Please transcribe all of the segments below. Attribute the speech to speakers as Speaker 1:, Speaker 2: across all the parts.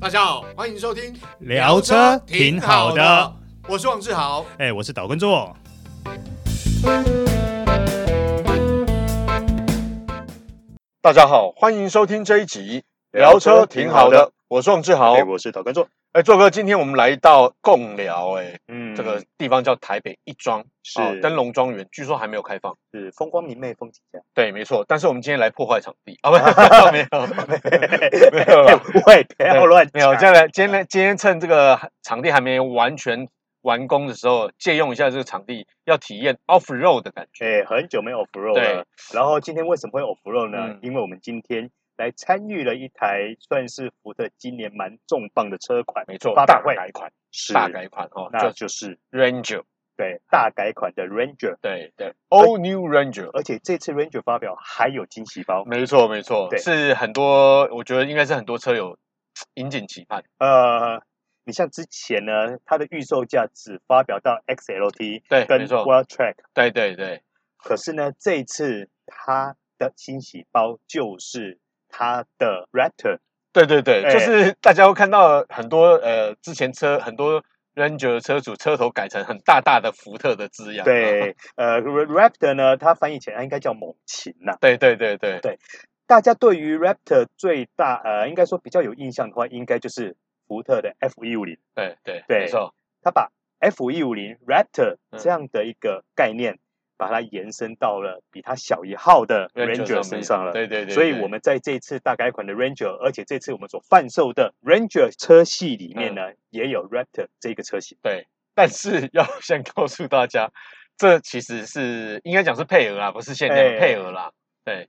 Speaker 1: 大家好，欢迎收听
Speaker 2: 聊车挺好的，
Speaker 1: 我是王志豪。
Speaker 2: 哎、我是岛根座。
Speaker 1: 大家好，欢迎收听这一集
Speaker 2: 聊车挺好的，
Speaker 1: 我是王志豪
Speaker 2: 哎、我是岛根座。
Speaker 1: 哎，做哥，今天我们来到共聊，哎，
Speaker 2: 嗯
Speaker 1: 这个地方叫台北一庄，
Speaker 2: 是
Speaker 1: 哦灯笼庄园，据说还没有开放。
Speaker 2: 是风光明媚风景线。
Speaker 1: 对，没错。但是我们今天来破坏场 地啊，不， 没有，没有啦，
Speaker 2: 喂，不要乱
Speaker 1: 没有。
Speaker 2: 讲
Speaker 1: 这样来，今天来，今天趁这个场地还没完全完工的时候，借用一下这个场地，要体验 off road 的感觉。
Speaker 2: 哎、很久没有 off road
Speaker 1: 对
Speaker 2: 了。然后今天为什么会 off road 呢？
Speaker 1: 嗯
Speaker 2: 因为我们今天来参与了一台算是福特今年蛮重磅的车款，
Speaker 1: 没错，
Speaker 2: 发
Speaker 1: 大
Speaker 2: 表会
Speaker 1: 改款，
Speaker 2: 是
Speaker 1: 大改款哦，
Speaker 2: 那
Speaker 1: 就
Speaker 2: 就是。
Speaker 1: Ranger，
Speaker 2: 对大改款的 Ranger，
Speaker 1: 对对，All New Ranger，
Speaker 2: 而且这次 Ranger 发表还有惊喜包，
Speaker 1: 没错没错，
Speaker 2: 对
Speaker 1: 是很多，我觉得应该是很多车友引颈期盼。
Speaker 2: 呃，你像之前呢，它的预售价只发表到 XLT
Speaker 1: 对，没
Speaker 2: 跟
Speaker 1: 错，
Speaker 2: Wild Track，
Speaker 1: 对对对，
Speaker 2: 可是呢，这一次它的惊喜包就是它的 Raptor，
Speaker 1: 对对对，
Speaker 2: 哎
Speaker 1: 就是大家会看到很多呃，之前车很多 Ranger 的车主车头改成很大大的福特的字样。啊
Speaker 2: 对， 呃，Raptor 呢，它翻译起来应该叫猛禽呐、
Speaker 1: 对对对对
Speaker 2: 对大家对于 Raptor 最大呃，应该说比较有印象的话，应该就是福特的 F 一五零，
Speaker 1: 对对
Speaker 2: 对
Speaker 1: 没错，
Speaker 2: 它把 F 一五零 Raptor
Speaker 1: 嗯
Speaker 2: 这样的一个概念，把它延伸到了比它小一号的 Ranger 身上了。
Speaker 1: 对对对，
Speaker 2: 所以
Speaker 1: 对
Speaker 2: 我们在这一次大改款的 Ranger，而且这次我们所贩售的 Ranger 车系里面
Speaker 1: 嗯
Speaker 2: 呢，也有 Raptor 这个车型。
Speaker 1: 对，但是 要先告诉大家，这其实是应该讲是配额啦，不是限量
Speaker 2: 哎
Speaker 1: 配额啦。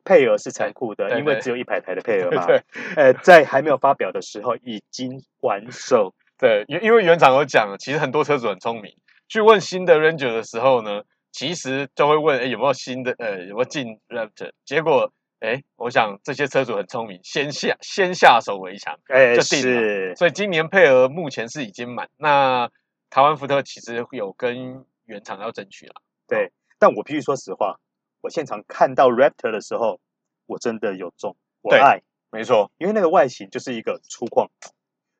Speaker 2: 配额是残酷的，
Speaker 1: 对对
Speaker 2: 因为只有一百台的配额
Speaker 1: 对
Speaker 2: 嘛。
Speaker 1: 对
Speaker 2: 呃，在还没有发表的时候已经完售。
Speaker 1: 对，因因为原厂有讲，其实很多车主很聪明，去问新的 Ranger 的时候呢，其实就会问，哎，有没有新的，呃，有没有进 Raptor？结果，哎，我想这些车主很聪明，先下先下手为强，
Speaker 2: 哎、
Speaker 1: 就定了
Speaker 2: 是
Speaker 1: 所以今年配额目前是已经满。那台湾福特其实有跟原厂要争取了，
Speaker 2: 但我必须说实话，我现场看到 Raptor 的时候，我真的有中，我
Speaker 1: 对
Speaker 2: 爱，
Speaker 1: 没错，
Speaker 2: 因为那个外形就是一个粗犷，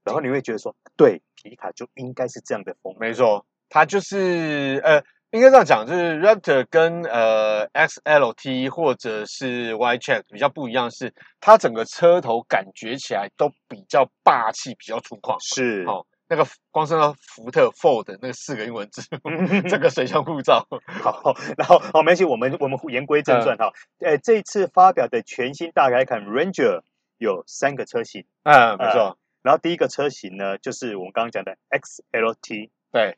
Speaker 2: 然后你会觉得说，对，皮卡就应该是这样的风格。
Speaker 1: 没错，它就是呃，应该这样讲，就是 Raptor 跟呃 XLT 或者是 Y Check 比较不一样是，它整个车头感觉起来都比较霸气，比较粗犷。
Speaker 2: 是，
Speaker 1: 好那个光是那福特 Ford 那个四个英文字母， 这个水箱护照，
Speaker 2: 好，然后好，没关系，我们我们言归正传哈。呃，这一次发表的全新大改款 Ranger 有三个车型，
Speaker 1: 嗯，没错，
Speaker 2: 然后第一个车型呢，就是我们刚刚讲的 XLT，
Speaker 1: 对，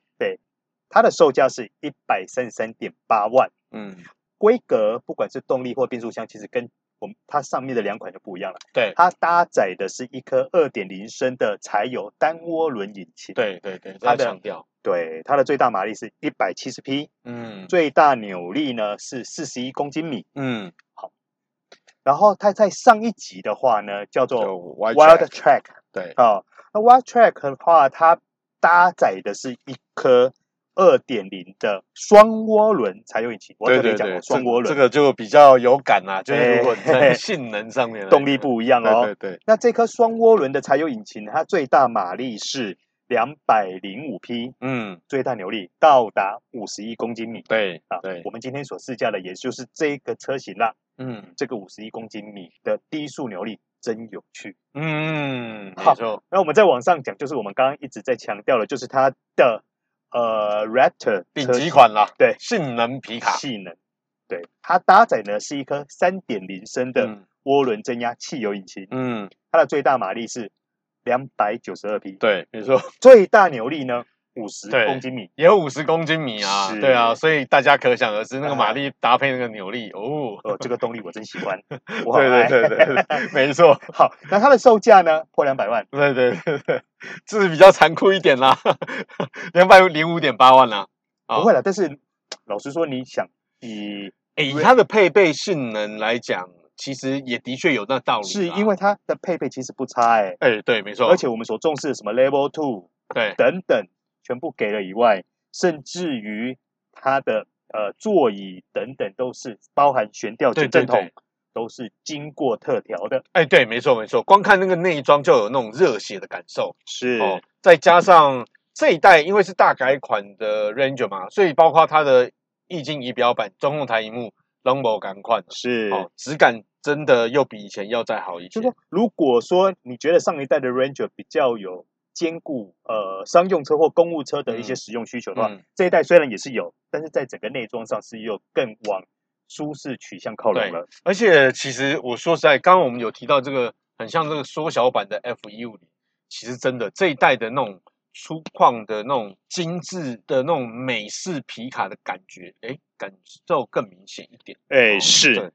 Speaker 2: 它的售价是一百三十三点八万，
Speaker 1: 嗯，
Speaker 2: 规格不管是动力或变速箱，其实跟我们它上面的两款就不一样了。
Speaker 1: 对，
Speaker 2: 它搭载的是一颗二点零升的柴油单涡轮引擎，
Speaker 1: 对对对，这
Speaker 2: 它
Speaker 1: 要
Speaker 2: 的
Speaker 1: 强调，
Speaker 2: 对，它的最大马力是一百七十匹，
Speaker 1: 嗯
Speaker 2: 最大扭力呢是四十一公斤米。
Speaker 1: 嗯，
Speaker 2: 然后它在上一集的话呢，叫
Speaker 1: 就
Speaker 2: 做
Speaker 1: Y
Speaker 2: Wild Track
Speaker 1: 对，
Speaker 2: 啊、哦，那 Wild Track 的话，它搭载的是一颗二点零的双涡轮柴油引擎，我
Speaker 1: 对
Speaker 2: 特别
Speaker 1: 对
Speaker 2: 讲
Speaker 1: 对
Speaker 2: 过，双涡轮，
Speaker 1: 这这个就比较有感啦，就是如果你
Speaker 2: 哎嘿
Speaker 1: 在
Speaker 2: 嘿
Speaker 1: 性能上面来
Speaker 2: 动力
Speaker 1: 讲
Speaker 2: 不一样哦。
Speaker 1: 对对对，
Speaker 2: 那这颗双涡轮的柴油引擎，它最大马力是两百零五匹，
Speaker 1: 嗯，
Speaker 2: 最大扭力到达五十一公斤米
Speaker 1: 对
Speaker 2: 啊。
Speaker 1: 对，
Speaker 2: 我们今天所试驾的也就是这个车型啦，
Speaker 1: 嗯
Speaker 2: 这个五十一公斤米的低速扭力真有趣。
Speaker 1: 嗯，没
Speaker 2: 好
Speaker 1: 错，
Speaker 2: 那我们再往上讲，就是我们刚刚一直在强调的，就是它的呃 Raptor
Speaker 1: 顶
Speaker 2: 车
Speaker 1: 级款啦，
Speaker 2: 对
Speaker 1: 性能皮卡，
Speaker 2: 性能，对它搭载呢是一颗三点零升的
Speaker 1: 嗯
Speaker 2: 涡轮增压汽油引擎，
Speaker 1: 嗯，
Speaker 2: 它的最大马力是两百九十二匹，
Speaker 1: 对，没 错，
Speaker 2: 最大扭力呢五十
Speaker 1: 对
Speaker 2: 公斤米，
Speaker 1: 也有五十公斤米啊，
Speaker 2: 是
Speaker 1: 对啊，所以大家可想而知，那个马
Speaker 2: 啊
Speaker 1: 力搭配那个扭力，哦，
Speaker 2: 哦，这个动力我真喜 欢，我好
Speaker 1: 对
Speaker 2: 爱。
Speaker 1: 对对对对，没错，
Speaker 2: 好，那它的售价呢破两百万，
Speaker 1: 对对对对，这是比较残酷一点啦，两百零五点八万啦，啊
Speaker 2: 不会了，但是老实说，你想以
Speaker 1: 诶以
Speaker 2: 对
Speaker 1: 它的配备性能来讲，其实也的确有那道理啦，
Speaker 2: 是因为它的配备其实不差哎、
Speaker 1: 哎，啊对，没错，
Speaker 2: 而且我们所重视的什么 Level Two
Speaker 1: 对
Speaker 2: 等等，全部给了以外，甚至于它的呃座椅等等都是包含悬吊
Speaker 1: 对
Speaker 2: 减震
Speaker 1: 对
Speaker 2: 筒
Speaker 1: 对，
Speaker 2: 都是经过特调的，
Speaker 1: 哎，对，没错没错，光看那个内装就有那种热血的感受
Speaker 2: 是
Speaker 1: 哦。再加上这一代因为是大改款的 Ranger 嘛，所以包括它的液晶仪表板、中控台荧幕、l o m b o 感款
Speaker 2: 是。
Speaker 1: 哦，质感真的又比以前要再好一些嗯
Speaker 2: 就。说，如果说你觉得上一代的 Ranger 比较有兼顾呃商用车或公务车的一些
Speaker 1: 嗯
Speaker 2: 使用需求的话，
Speaker 1: 嗯
Speaker 2: 这一代虽然也是有，但是在整个内装上是又更往舒适取向靠拢
Speaker 1: 对
Speaker 2: 了。
Speaker 1: 而且其实我说实在，刚刚我们有提到这个很像这个缩小版的 F 一五零，其实真的这一代的那种粗犷的那种精致的那种美式皮卡的感觉，哎，感受更明显一点。哦
Speaker 2: 哎、
Speaker 1: 对
Speaker 2: 是。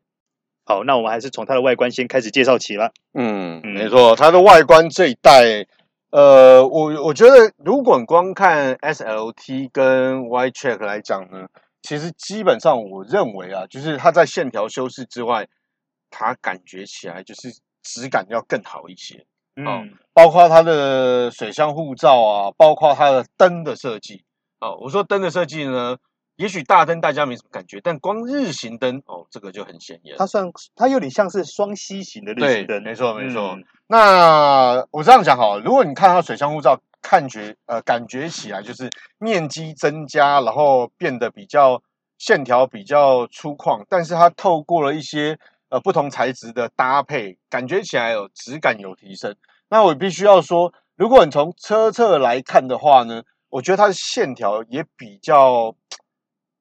Speaker 2: 好，那我们还是从它的外观先开始介绍起了。
Speaker 1: 嗯，没
Speaker 2: 嗯
Speaker 1: 错，它的外观这一代，呃，我我觉得如果你光看 SLT 跟 Y Check 来讲呢，其实基本上我认为啊，就是它在线条修饰之外，它感觉起来就是质感要更好一些，
Speaker 2: 嗯，
Speaker 1: 哦包括它的水箱护罩啊，包括它的灯的设计哦。我说灯的设计呢，也许大灯大家没什么感觉，但光日行灯哦，这个就很显眼。
Speaker 2: 它算它有点像是双吸型的日
Speaker 1: 对
Speaker 2: 行灯，
Speaker 1: 没错没错哦
Speaker 2: 嗯
Speaker 1: 那我这样讲好了，如果你看它水箱护罩，看觉呃感觉起来就是面积增加，然后变得比较线条比较粗犷，但是它透过了一些呃不同材质的搭配，感觉起来有质感有提升。那我必须要说，如果你从车侧来看的话呢，我觉得它的线条也比较，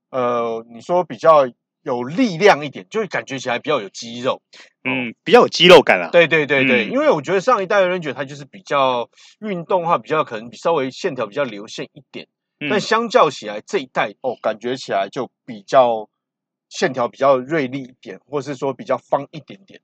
Speaker 1: 呃，你说比较有力量一点，就感觉起来比较有肌肉。
Speaker 2: 嗯，比较有肌肉感啦。
Speaker 1: 对对对对，
Speaker 2: 嗯
Speaker 1: 因为我觉得上一代的 Ranger 它就是比较运动化，比较可能比稍微线条比较流线一点，
Speaker 2: 嗯，
Speaker 1: 但相较起来这一代哦，感觉起来就比较线条比较锐利一点，或是说比较方一点点。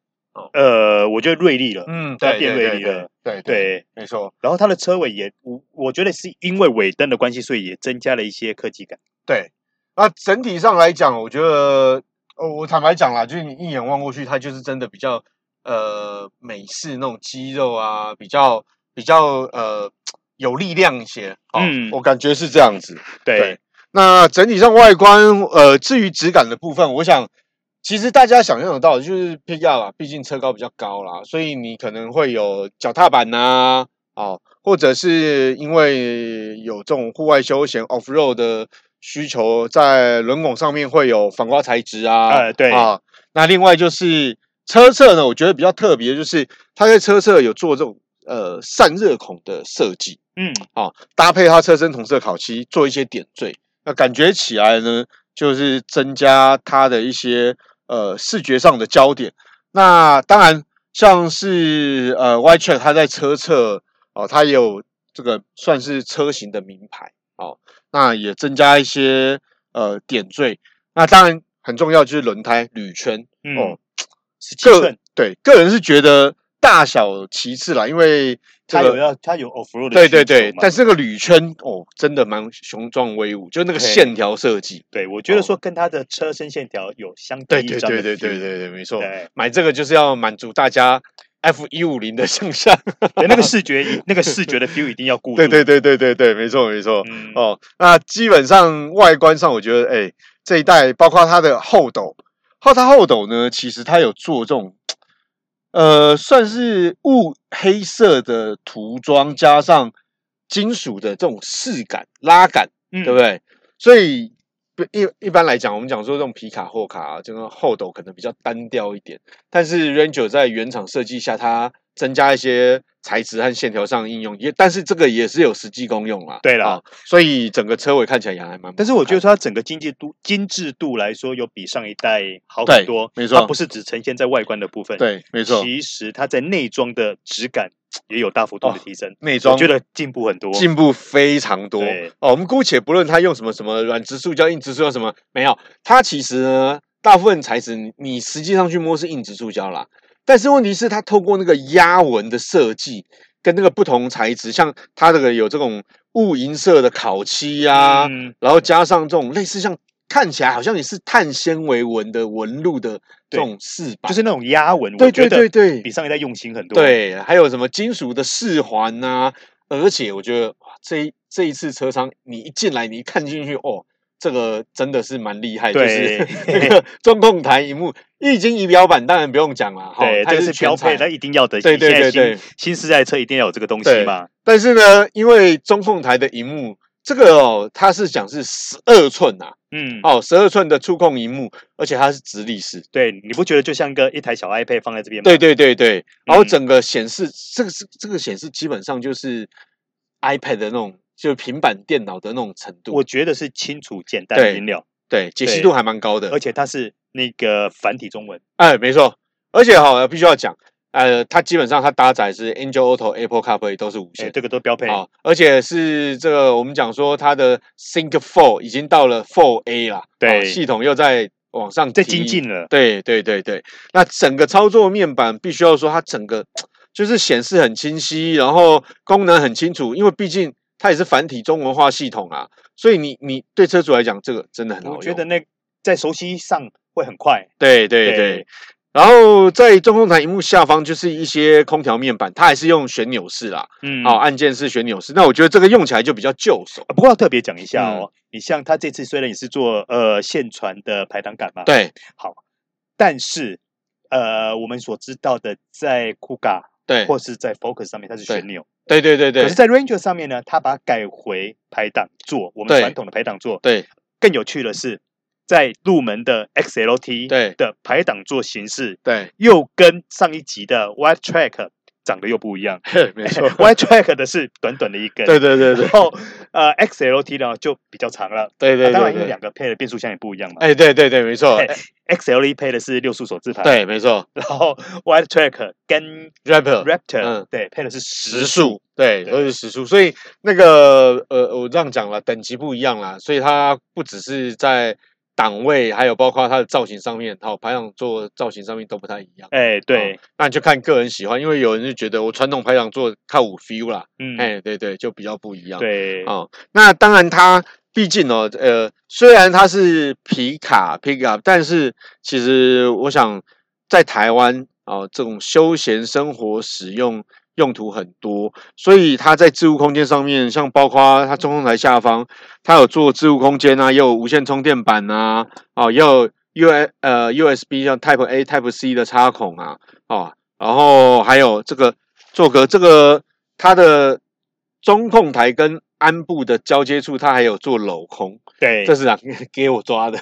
Speaker 2: 呃，我觉得锐利了，
Speaker 1: 嗯，
Speaker 2: 它
Speaker 1: 对
Speaker 2: 变
Speaker 1: 对
Speaker 2: 锐利
Speaker 1: 对
Speaker 2: 了
Speaker 1: 对对，
Speaker 2: 对。
Speaker 1: 没错，
Speaker 2: 然后它的车尾也，我我觉得是因为尾灯的关系，所以也增加了一些科技感。
Speaker 1: 对。那整体上来讲，我觉得，呃，我坦白讲啦，就是你一眼望过去，它就是真的比较呃美式那种肌肉啊，比较比较呃有力量一些。哦、
Speaker 2: 嗯
Speaker 1: 我感觉是这样子。对
Speaker 2: 对，
Speaker 1: 那整体上外观，呃，至于质感的部分，我想其实大家想象得到的就是 Pickup 啦，毕竟车高比较高啦，所以你可能会有脚踏板呐、哦，或者是因为有这种户外休闲 off road 的需求，在轮拱上面会有反光材质啊，
Speaker 2: 呃对
Speaker 1: 啊，那另外就是车侧呢，我觉得比较特别，就是它在车侧有做这种呃散热孔的设计，
Speaker 2: 嗯，
Speaker 1: 哦，搭配它车身同色烤漆做一些点缀，那感觉起来呢，就是增加它的一些呃视觉上的焦点。那当然，像是呃 Y Check 它在车侧哦，它也有这个算是车型的名牌哦，那也增加一些呃点缀。那当然很重要就是轮胎铝圈
Speaker 2: 嗯
Speaker 1: 哦，，
Speaker 2: 十七
Speaker 1: 个
Speaker 2: 寸，
Speaker 1: 对个人是觉得大小其次啦，因为这
Speaker 2: 它
Speaker 1: 个
Speaker 2: 有要它有 off road 的
Speaker 1: 对对
Speaker 2: 需求
Speaker 1: 对，
Speaker 2: 嘛
Speaker 1: 但是那个铝圈哦，真的蛮雄壮威武，就那个
Speaker 2: 对
Speaker 1: 线条设计。
Speaker 2: 对我觉得
Speaker 1: 哦
Speaker 2: 说跟它的车身线条有相
Speaker 1: 对
Speaker 2: 对
Speaker 1: 对
Speaker 2: 应章的
Speaker 1: 对对对
Speaker 2: feel
Speaker 1: 对对，没错。
Speaker 2: 对
Speaker 1: 买这个就是要满足大家 F 一五零的想象。
Speaker 2: 对，那个视觉一那个视觉的 feel 一定要顾住。
Speaker 1: 对对对对对对，没错没错。
Speaker 2: 嗯，哦，
Speaker 1: 哦，那基本上外观上，我觉得哎，这一代包括它的后斗，后它后斗呢，其实它有做这种，呃，算是雾黑色的涂装，加上金属的这种饰感、拉感。
Speaker 2: 对
Speaker 1: 对不？对？所以不一一般来讲，我们讲说这种皮卡、货卡、啊，这个后斗可能比较单调一点，但是 Ranger 在原厂设计下，它增加一些材质和线条上的应用，也但是这个也是有实际功用啦。
Speaker 2: 对啦
Speaker 1: 啊所以整个车尾看起来也还蛮好看的，
Speaker 2: 但是我觉得说它整个经济度精致度来说，有比上一代好
Speaker 1: 对
Speaker 2: 很多。
Speaker 1: 没错
Speaker 2: 它不是只呈现在外观的部分，，
Speaker 1: 对，没错，
Speaker 2: 其实它在内装的质感也有大幅度的提升，
Speaker 1: 内哦装
Speaker 2: 我觉得进步很多。
Speaker 1: 进步非常多
Speaker 2: 对
Speaker 1: 哦。我们姑且不论它用什么什么软质塑胶、硬质塑胶什么，没有，它其实呢，大部分材质你你实际上去摸是硬质塑胶啦。但是问题是，它透过那个压纹的设计，跟那个不同材质，像它这个有这种雾银色的烤漆啊，
Speaker 2: 嗯，
Speaker 1: 然后加上这种类似像看起来好像也是碳纤维纹的纹路的这
Speaker 2: 对
Speaker 1: 种饰板，
Speaker 2: 就是那种压纹，
Speaker 1: 啊对
Speaker 2: 我觉
Speaker 1: 对对
Speaker 2: 得
Speaker 1: 对，
Speaker 2: 比上一代用心很多。，
Speaker 1: 对，还有什么金属的饰环啊呐、而且我觉得哇这一这一次车商，你一进来，你一看进去，哦，这个真的是蛮厉害，就
Speaker 2: 对
Speaker 1: 是 那个中控台荧幕液晶仪表板，当然不用讲了，哈，
Speaker 2: 对，
Speaker 1: 哦它
Speaker 2: 这个
Speaker 1: 是
Speaker 2: 是
Speaker 1: 全
Speaker 2: 标配，那
Speaker 1: 彩。
Speaker 2: 一定要的。
Speaker 1: 对对
Speaker 2: 现
Speaker 1: 对
Speaker 2: 在新
Speaker 1: 对
Speaker 2: 新时代车一定要有这个东西
Speaker 1: 对
Speaker 2: 嘛。
Speaker 1: 但是呢，因为中控台的荧幕，这个哦，它是讲是十二寸啊，
Speaker 2: 嗯，
Speaker 1: 哦，十二寸的触控荧幕，而且它是直立式。
Speaker 2: 对，你不觉得就像个一台小 iPad 放在这边吗？
Speaker 1: 对对对对，然后
Speaker 2: 嗯
Speaker 1: 整个显示，这个是这个显示基本上就是 iPad 的那种，就是平板电脑的那种程度
Speaker 2: 我。觉得是清楚、简单、
Speaker 1: 对
Speaker 2: 明了，
Speaker 1: 对，解析
Speaker 2: 对
Speaker 1: 度还蛮高的
Speaker 2: 而。且它是那个繁体中文。
Speaker 1: 哎，没错，而且哈、必须要讲，呃，它基本上它搭载是 Angel Auto、Apple CarPlay 都是无
Speaker 2: 哎，
Speaker 1: 线。
Speaker 2: 这个都标配。
Speaker 1: 啊、而且是这个我们讲说它的 Think Four 已经到了 Four A 啦，
Speaker 2: 对
Speaker 1: 哦系统又在往上
Speaker 2: 在
Speaker 1: 提
Speaker 2: 精进了
Speaker 1: 对对对对，那整个操作面板必须要说它整个就是显示很清晰，然后功能很清楚，因为毕竟它也是繁体中文化系统啊，所以你你对车主来讲，这个真的很好用。
Speaker 2: 我哦觉得那在熟悉上会很快。
Speaker 1: 对对
Speaker 2: 对
Speaker 1: 对。然后在中控台荧幕下方就是一些空调面板，它还是用旋钮式啦，
Speaker 2: 嗯
Speaker 1: 哦，按键式旋钮式。那我觉得这个用起来就比较就手。
Speaker 2: 不过要特别讲一下
Speaker 1: 嗯
Speaker 2: 哦，你像他这次虽然也是做呃线传的排挡杆嘛，，
Speaker 1: 对
Speaker 2: 好，但是呃我们所知道的在酷 a
Speaker 1: 对
Speaker 2: 或是在 Focus 上面它是
Speaker 1: 对
Speaker 2: 旋钮，
Speaker 1: 对对对
Speaker 2: 可
Speaker 1: 对
Speaker 2: 是，在 Ranger 上面呢，它把它改回排挡座，我们
Speaker 1: 对
Speaker 2: 传统的排挡座。
Speaker 1: 对
Speaker 2: 更有趣的是，在入门的 XLT
Speaker 1: 对
Speaker 2: 的排挡座形式，
Speaker 1: 对，
Speaker 2: 又跟上一集的 Wide Track 长得又不一样。
Speaker 1: 嘿没 错，
Speaker 2: Wide Track 的是短短的一根，
Speaker 1: 对对对对
Speaker 2: 然后呃 XLT 呢就比较长了。
Speaker 1: 对
Speaker 2: 啊
Speaker 1: 对对
Speaker 2: 当然，因为
Speaker 1: 对，
Speaker 2: 两个配的变速箱也不一样嘛。
Speaker 1: 哎对对对，没错，
Speaker 2: 嘿
Speaker 1: 哎
Speaker 2: XLE 配的是六速手自排，，
Speaker 1: 对没错
Speaker 2: 然后 Wide Track 跟
Speaker 1: ，rapper
Speaker 2: Raptor、
Speaker 1: 嗯
Speaker 2: 对配的是
Speaker 1: 时
Speaker 2: 时
Speaker 1: 速，对
Speaker 2: 对
Speaker 1: 都是时速，所以那个呃我这样讲了，等级不一样啦，所以它不只是在档位，还有包括它的造型上面，好排档座造型上面都不太一样。
Speaker 2: 哎，对，
Speaker 1: 那你就看个人喜欢，因为有人就觉得我传统排档座靠我 feel 啦，
Speaker 2: 嗯，
Speaker 1: 哎对对，就比较不一样。
Speaker 2: 对，
Speaker 1: 哦，那当然它毕竟哦，呃，虽然它是皮卡 pickup，但是其实我想在台湾哦，这种休闲生活使用用途很多，所以它在置物空间上面，像包括它中控台下方，它有做置物空间啊，也有无线充电板啊，哦，也有 U 呃 USB 像 Type A、Type C 的插孔啊，哦，然后还有这个座格，这个它的中控台跟鞍部的交接处，它还有做镂空，
Speaker 2: 对，
Speaker 1: 这是啊给我抓 的，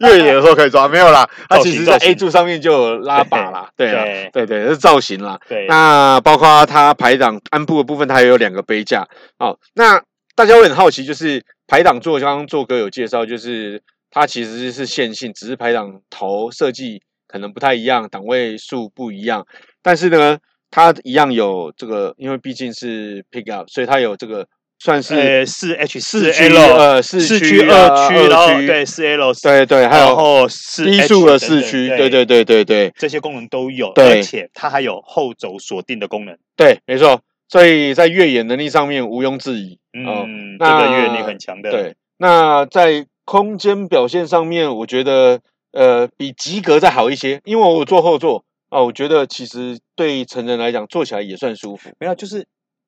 Speaker 1: 越野的时候可以抓，没有啦，它
Speaker 2: 造
Speaker 1: 其
Speaker 2: 型
Speaker 1: 实在
Speaker 2: 造型
Speaker 1: A 柱上面就有拉把啦，对啦，
Speaker 2: 对
Speaker 1: 对对，是造型啦。
Speaker 2: 对，
Speaker 1: 那包括它排档鞍部的部分，它也有两个杯架哦。那大家会很好奇，就是排档座，刚刚做哥有介绍，就是它其实是线性，只是排档头设计可能不太一样，档位数不一样，但是呢，它一样有这个，因为毕竟是 pickup，所以它有这个算是
Speaker 2: 呃四 H
Speaker 1: 四
Speaker 2: 四
Speaker 1: 驱
Speaker 2: L
Speaker 1: 呃市
Speaker 2: 四
Speaker 1: 区
Speaker 2: 二
Speaker 1: 区，
Speaker 2: 然后
Speaker 1: 二
Speaker 2: 对四 L
Speaker 1: 对对，还
Speaker 2: 然
Speaker 1: 有
Speaker 2: 后四
Speaker 1: 低
Speaker 2: H
Speaker 1: 速的
Speaker 2: 等
Speaker 1: 四
Speaker 2: 等
Speaker 1: 驱，
Speaker 2: 对
Speaker 1: 对对对对对。
Speaker 2: 这些功能都有，
Speaker 1: 对
Speaker 2: 而且它还有后轴锁定的功能。
Speaker 1: 对，没错，所以在越野能力上面毋庸置疑。哦，
Speaker 2: 嗯，这
Speaker 1: 那
Speaker 2: 个越力很强的，
Speaker 1: 对，那在空间表现上面，我觉得呃比及格再好一些，因为我坐后座啊，我觉得其实对成人来讲坐起来也算舒服。
Speaker 2: 没有，就是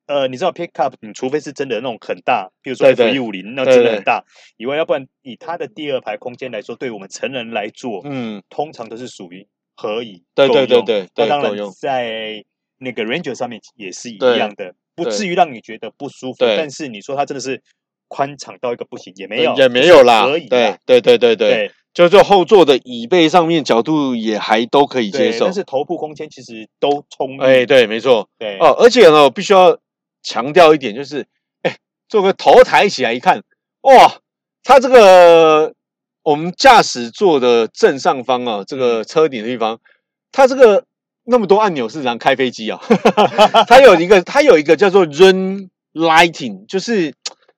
Speaker 2: 呃，你知道 pickup，你除非是真的那种很大，比如说
Speaker 1: 对
Speaker 2: F
Speaker 1: 对
Speaker 2: 一五零，那
Speaker 1: 对
Speaker 2: 真的很
Speaker 1: 对
Speaker 2: 大以外，要不然以它的第二排空间来说，对我们成人来做，
Speaker 1: 嗯，
Speaker 2: 通常都是属于合以
Speaker 1: 对
Speaker 2: 够
Speaker 1: 对对
Speaker 2: 用
Speaker 1: 对
Speaker 2: 那
Speaker 1: 对
Speaker 2: 当
Speaker 1: 够
Speaker 2: 然
Speaker 1: 用
Speaker 2: 在那个 Ranger 上面也是一
Speaker 1: 对
Speaker 2: 样的，不
Speaker 1: 对
Speaker 2: 至于让你觉得不舒服。
Speaker 1: 对呃
Speaker 2: 但是你说它真的是宽敞到一个不行，也没有，
Speaker 1: 也
Speaker 2: 就
Speaker 1: 没
Speaker 2: 是
Speaker 1: 有啦
Speaker 2: 可以，
Speaker 1: 对
Speaker 2: 啦，
Speaker 1: 对对对对，
Speaker 2: 对
Speaker 1: 就就后座的椅背上面角度也还都可以接
Speaker 2: 对，
Speaker 1: 受
Speaker 2: 但。是头部空间其实都充裕，
Speaker 1: 哎，对，没错。
Speaker 2: 对
Speaker 1: 哦，而且呢，我必须要强调一点，就是，哎，做个头抬起来一看，哇，它这个我们驾驶座的正上方啊，这
Speaker 2: 嗯
Speaker 1: 个车顶的地方，它这个那么多按钮是让开飞机啊， 它有一个它有一个叫做 Run Lighting，就是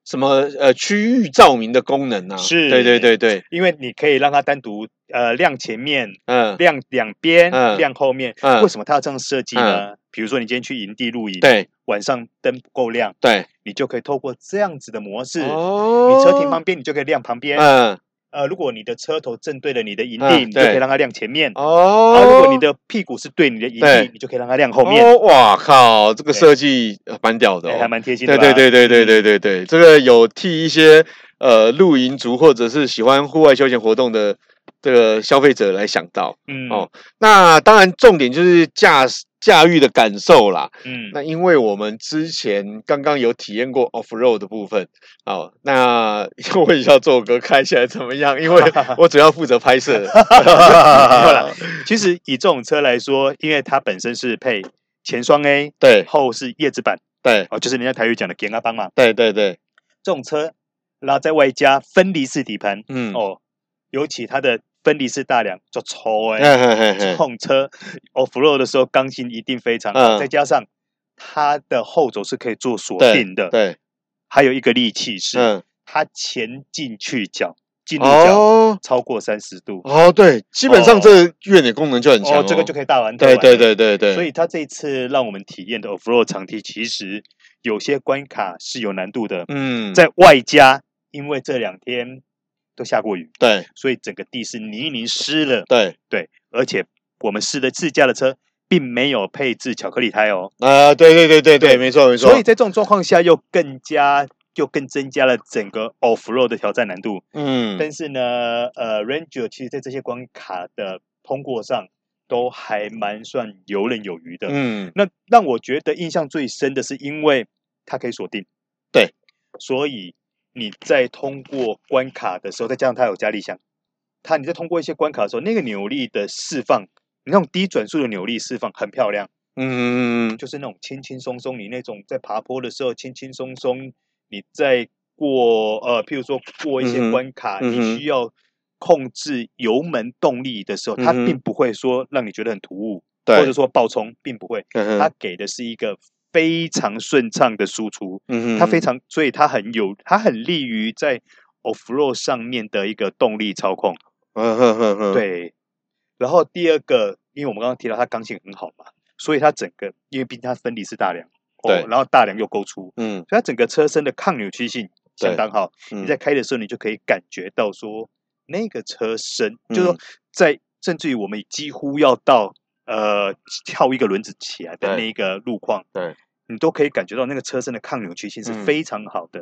Speaker 1: 什么呃区域照明的功能啊，
Speaker 2: 是
Speaker 1: 对对对对，
Speaker 2: 因为你可以让它单独呃亮前面，
Speaker 1: 嗯，
Speaker 2: 亮两边，
Speaker 1: 嗯
Speaker 2: 亮后面。
Speaker 1: 嗯
Speaker 2: 为什么它要这样设计呢？比如说你今天去营地露营，
Speaker 1: 对
Speaker 2: 晚上灯不够亮，
Speaker 1: 对，
Speaker 2: 你就可以透过这样子的模式，你
Speaker 1: 哦
Speaker 2: 车停旁边，你就可以亮旁边。
Speaker 1: 嗯
Speaker 2: 呃，如果你的车头正对着你的营
Speaker 1: 嗯
Speaker 2: 地，你就可以
Speaker 1: 对
Speaker 2: 让它亮前面。
Speaker 1: 哦，
Speaker 2: 啊，如果你的屁股是对你的营
Speaker 1: 对
Speaker 2: 地，你就可以让它亮后面，
Speaker 1: 哦，哇靠，这个
Speaker 2: 对
Speaker 1: 设计呃蛮屌的哦，
Speaker 2: 哎还蛮贴心的嗯
Speaker 1: 对
Speaker 2: 吧。
Speaker 1: 对对对对对对对，这个有替一些呃露营族或者是喜欢户外休闲活动的这个消费者来想到。
Speaker 2: 嗯
Speaker 1: 哦那当然重点就是驾驶驾驭的感受啦。
Speaker 2: 嗯
Speaker 1: 那因为我们之前刚刚有体验过 off road 的部分，哦，那我也要做歌开起来怎么样？因为 我主要负责拍摄。
Speaker 2: 没 有啦其实以这种车来说，因为它本身是配前双 A，
Speaker 1: 对
Speaker 2: 后是叶子板
Speaker 1: 对
Speaker 2: 哦，就是人家台语讲的“减压帮”嘛。
Speaker 1: 对对对，
Speaker 2: 这种车，然后在外加分离式底盘、
Speaker 1: 嗯，
Speaker 2: 哦，尤其它的分离式大梁就抽哎、
Speaker 1: 嗯，嘿嘿嘿
Speaker 2: 碰车 off road 的时候刚性一定非常好，
Speaker 1: 嗯
Speaker 2: 再加上它的后轴是可以做锁定的，
Speaker 1: 对，
Speaker 2: 还有一个利器是、
Speaker 1: 嗯，
Speaker 2: 它前进去角进入角、
Speaker 1: 哦
Speaker 2: 超过三十度，
Speaker 1: 哦，对，基本上
Speaker 2: 哦
Speaker 1: 这个越野功能就很强、
Speaker 2: 哦，这个就可以大玩特
Speaker 1: 对
Speaker 2: 玩
Speaker 1: 对对对对，
Speaker 2: 所以它这一次让我们体验的 off road 场地，其实有些关卡是有难度的，
Speaker 1: 嗯，
Speaker 2: 在外加因为这两天都下过雨，
Speaker 1: 对
Speaker 2: 所以整个地是泥泞湿了。
Speaker 1: 对
Speaker 2: 对，而且我们试的自驾的车并没有配置巧克力胎哦，
Speaker 1: 啊、对对对对对，没错没错，
Speaker 2: 所以在这种状况下又更加又更增加了整个 off road 的挑战难度。
Speaker 1: 嗯
Speaker 2: 但是呢，呃，Ranger 其实在这些关卡的通过上都还蛮算游刃有余的。
Speaker 1: 嗯
Speaker 2: 那让我觉得印象最深的是，因为它可以锁定，
Speaker 1: 对，
Speaker 2: 所以你在通过关卡的时候，再加上它有加力箱，它你在通过一些关卡的时候，那个扭力的释放，你那种低转速的扭力释放很漂亮，
Speaker 1: 嗯嗯
Speaker 2: 就是那种轻轻松松，你那种在爬坡的时候轻轻松松，你在过呃，譬如说过一
Speaker 1: 嗯哼
Speaker 2: 些关卡，
Speaker 1: 嗯哼
Speaker 2: 你需要控制油门动力的时候，它
Speaker 1: 嗯哼
Speaker 2: 并不会说让你觉得很突兀，
Speaker 1: 对
Speaker 2: 或者说爆冲，并不会。
Speaker 1: 嗯
Speaker 2: 它
Speaker 1: 哼，
Speaker 2: 给的是一个非常顺畅的输出，
Speaker 1: 嗯
Speaker 2: 它非常，所以它很有，它很利于在 off road 上面的一个动力操控。
Speaker 1: 嗯哼哼哼，
Speaker 2: 对，然后第二个，因为我们刚刚提到它刚性很好嘛，所以它整个，因为毕竟它分离式大梁，
Speaker 1: 对
Speaker 2: 哦，然后大梁又够粗，
Speaker 1: 嗯
Speaker 2: 所以它整个车身的抗扭曲性相
Speaker 1: 对
Speaker 2: 当好。
Speaker 1: 嗯
Speaker 2: 你在开的时候，你就可以感觉到说那个车身，就是说
Speaker 1: 嗯
Speaker 2: 在甚至于我们几乎要到呃跳一个轮子起来的
Speaker 1: 对
Speaker 2: 那一个路况，
Speaker 1: 对，
Speaker 2: 你都可以感觉到那个车身的抗扭曲性是
Speaker 1: 嗯
Speaker 2: 非常好的。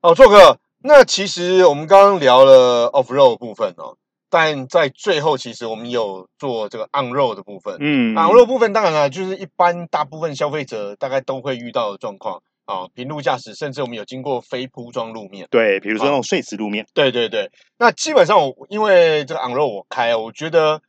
Speaker 1: 哦，硕哥，那其实我们刚刚聊了 off road 部分哦，但在最后其实我们有做这个 on road 的部分，
Speaker 2: 嗯
Speaker 1: 啊，肉部分当然了，就是一般大部分消费者大概都会遇到的状况啊，平路驾驶，甚至我们有经过非铺装路面。
Speaker 2: 对，比如说
Speaker 1: 啊
Speaker 2: 那种碎石路面，
Speaker 1: 对对对，那基本上我因为这个 on road 我开啊，我觉得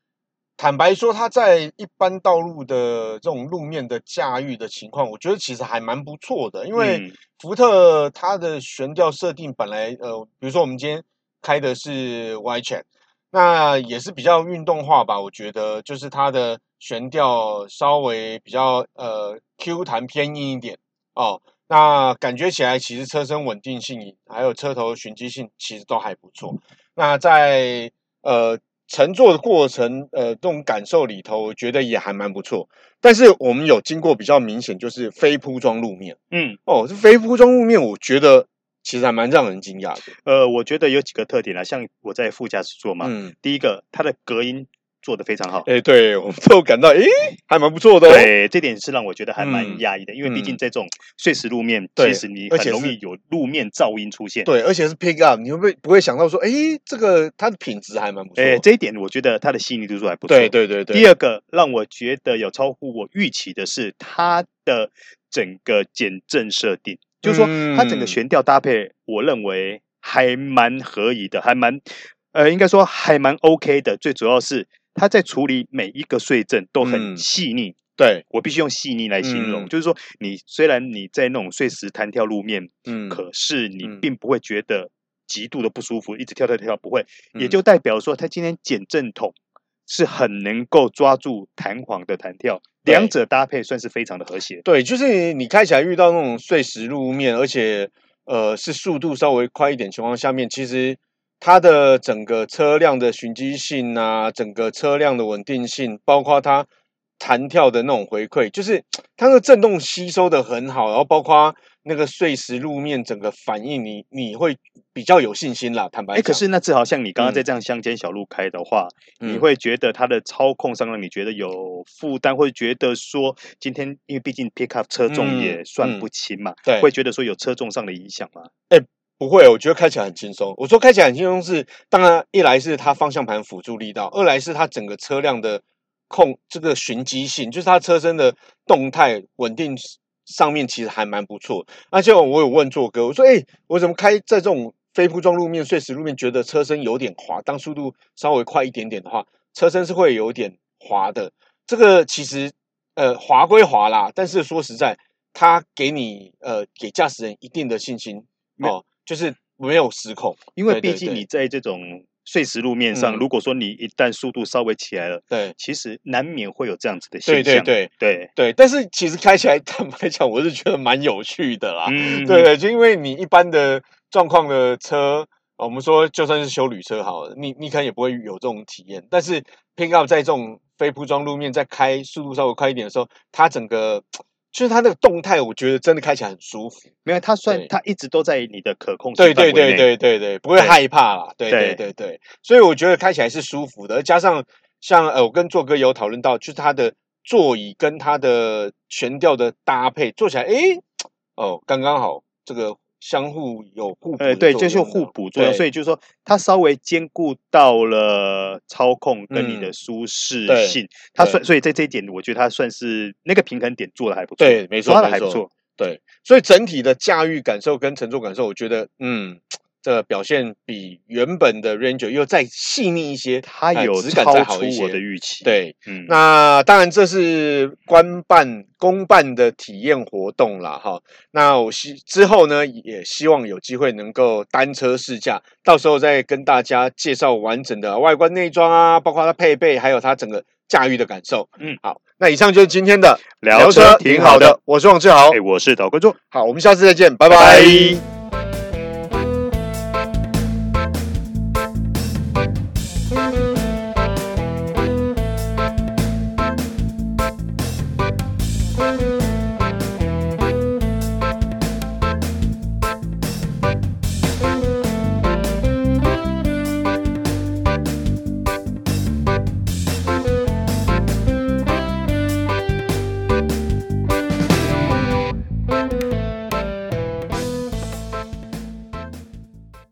Speaker 1: 坦白说，它在一般道路的这种路面的驾驭的情况，我觉得其实还蛮不错的，因为
Speaker 2: 嗯
Speaker 1: 福特它的悬吊设定本来呃，比如说我们今天开的是 Y c h a n 那也是比较运动化吧，我觉得就是它的悬吊稍微比较呃 Q 弹偏硬一点哦，那感觉起来其实车身稳定性还有车头循迹性其实都还不错。那在呃乘坐的过程呃这种感受里头，我觉得也还蛮不错。但是我们有经过比较明显就是非铺装路面。
Speaker 2: 嗯，
Speaker 1: 哦，这非铺装路面，我觉得其实还蛮让人惊讶的。
Speaker 2: 呃，我觉得有几个特点啊，像我在副驾驶座嘛，
Speaker 1: 嗯，
Speaker 2: 第一个它的隔音做得非常好。
Speaker 1: 哎，对我们都感到，哎，还蛮不错的、哦。，
Speaker 2: 对，这点是让我觉得还
Speaker 1: 嗯
Speaker 2: 蛮压抑的，因为毕竟
Speaker 1: 嗯
Speaker 2: 在这种碎石路面，
Speaker 1: 对
Speaker 2: 其实你
Speaker 1: 而
Speaker 2: 很
Speaker 1: 且
Speaker 2: 容
Speaker 1: 是
Speaker 2: 易有路面噪音出现。
Speaker 1: 对，而且是 pick up，你会不会不会想到说，哎，这个它的品质还蛮不错。
Speaker 2: 哎、这一点我觉得它的细腻度数还不错。
Speaker 1: 对对对对，
Speaker 2: 第二个让我觉得有超乎我预期的是它的整个减震设定，就是说它
Speaker 1: 嗯
Speaker 2: 整个悬吊搭配，我认为还蛮合宜的，还蛮呃，应该说还蛮 OK 的。最主要是它在处理每一个碎震都
Speaker 1: 嗯
Speaker 2: 很细腻。
Speaker 1: 对，
Speaker 2: 我必须用细腻来形容，
Speaker 1: 嗯
Speaker 2: 就是说，你虽然你在那种碎石弹跳路面，
Speaker 1: 嗯，
Speaker 2: 可是你
Speaker 1: 嗯
Speaker 2: 并不会觉得极度的不舒服，一直跳跳跳跳不会，也
Speaker 1: 嗯
Speaker 2: 就代表说他今天减震筒是很能够抓住弹簧的弹跳，
Speaker 1: 对
Speaker 2: 两者搭配算是非常的和谐。
Speaker 1: 对，就是你开起来遇到那种碎石路面，而且呃是速度稍微快一点情况下面，其实它的整个车辆的循迹性啊，整个车辆的稳定性，包括它弹跳的那种回馈，就是它的震动吸收的很好，然后包括那个碎石路面整个反应你，你会比较有信心啦。坦白
Speaker 2: 哎，
Speaker 1: 讲，
Speaker 2: 可是那至好像你刚
Speaker 1: 嗯
Speaker 2: 刚在这样乡间小路开的话，你
Speaker 1: 嗯
Speaker 2: 会觉得它的操控上让你觉得有负担，会觉得说今天因为毕竟 pickup 车重
Speaker 1: 嗯
Speaker 2: 也
Speaker 1: 嗯
Speaker 2: 算不轻嘛，
Speaker 1: 对
Speaker 2: 会觉得说有车重上的影响吗？
Speaker 1: 哎，不会，我觉得开起来很轻松。我说开起来很轻松是，当然一来是它方向盘辅助力道，二来是它整个车辆的控这个循迹性，就是它车身的动态稳定上面其实还蛮不错。而且我有问做哥，我说哎、诶我怎么开在这种非铺装路面、碎石路面，觉得车身有点滑？当速度稍微快一点点的话，车身是会有点滑的。这个其实呃滑归滑啦，但是说实在，它给你呃给驾驶人一定的信心
Speaker 2: 没
Speaker 1: 哦，就是没有失控。
Speaker 2: 因为
Speaker 1: 对
Speaker 2: 毕
Speaker 1: 对
Speaker 2: 竟
Speaker 1: 对
Speaker 2: 你在这种碎石路面上，
Speaker 1: 嗯
Speaker 2: 如果说你一旦速度稍微起来了，
Speaker 1: 对
Speaker 2: 其实难免会有这样子的
Speaker 1: 对
Speaker 2: 现
Speaker 1: 对
Speaker 2: 象。
Speaker 1: 对
Speaker 2: 对
Speaker 1: 对，但是其实开起来， 坦白讲，我是觉得蛮有趣的啦。
Speaker 2: 嗯，
Speaker 1: 啊对对，就因为你一般的状况的车，哦我们说就算是修旅车好了，你你可能也不会有这种体验。但是 Pickup 在这种非铺装路面，在开速度稍微快一点的时候，它整个就是它那个动态，我觉得真的开起来很舒服。
Speaker 2: 没有，它算
Speaker 1: 对
Speaker 2: 它一直都在你的可控
Speaker 1: 对
Speaker 2: 性
Speaker 1: 对
Speaker 2: 范围
Speaker 1: 对
Speaker 2: 内。
Speaker 1: 对对对，不会
Speaker 2: 对
Speaker 1: 害怕啦。对对
Speaker 2: 对
Speaker 1: 对对，所以我觉得开起来是舒服的，加上像呃，我跟做哥有讨论到，就是它的座椅跟它的悬吊的搭配，坐起来诶，哦，刚刚好，这个相互有互补
Speaker 2: 呃，
Speaker 1: 的作用的，
Speaker 2: 对，就是互补作用，所
Speaker 1: 以
Speaker 2: 以就是说，它稍微兼顾到了操控跟你
Speaker 1: 嗯
Speaker 2: 的舒适
Speaker 1: 对
Speaker 2: 性，它
Speaker 1: 对
Speaker 2: 算，所以在这一点，我觉得它算是那个平衡点做的还不错，
Speaker 1: 对，没错
Speaker 2: 抓的
Speaker 1: 没
Speaker 2: 还不
Speaker 1: 错。
Speaker 2: 错。
Speaker 1: 对，所以整体的驾驭感受跟乘坐感受，我觉得，嗯，这个表现比原本的 Ranger 又再细腻一些，
Speaker 2: 它
Speaker 1: 哎
Speaker 2: 有
Speaker 1: 质感再
Speaker 2: 超
Speaker 1: 好一
Speaker 2: 出我
Speaker 1: 些。
Speaker 2: 的预期。，
Speaker 1: 对，
Speaker 2: 嗯，
Speaker 1: 那当然，这是官办公办的体验活动啦，哈。那我希之后呢，也希望有机会能够单车试驾，到时候再跟大家介绍完整的外观、内装啊，包括它配备，还有它整个驾驭的感受。
Speaker 2: 嗯，
Speaker 1: 好，那以上就是今天的
Speaker 2: 聊车挺好的。
Speaker 1: 我是王志豪。
Speaker 2: 哎，我是导观众，
Speaker 1: 好，我们下次再见，拜
Speaker 2: 拜
Speaker 1: 拜
Speaker 2: 拜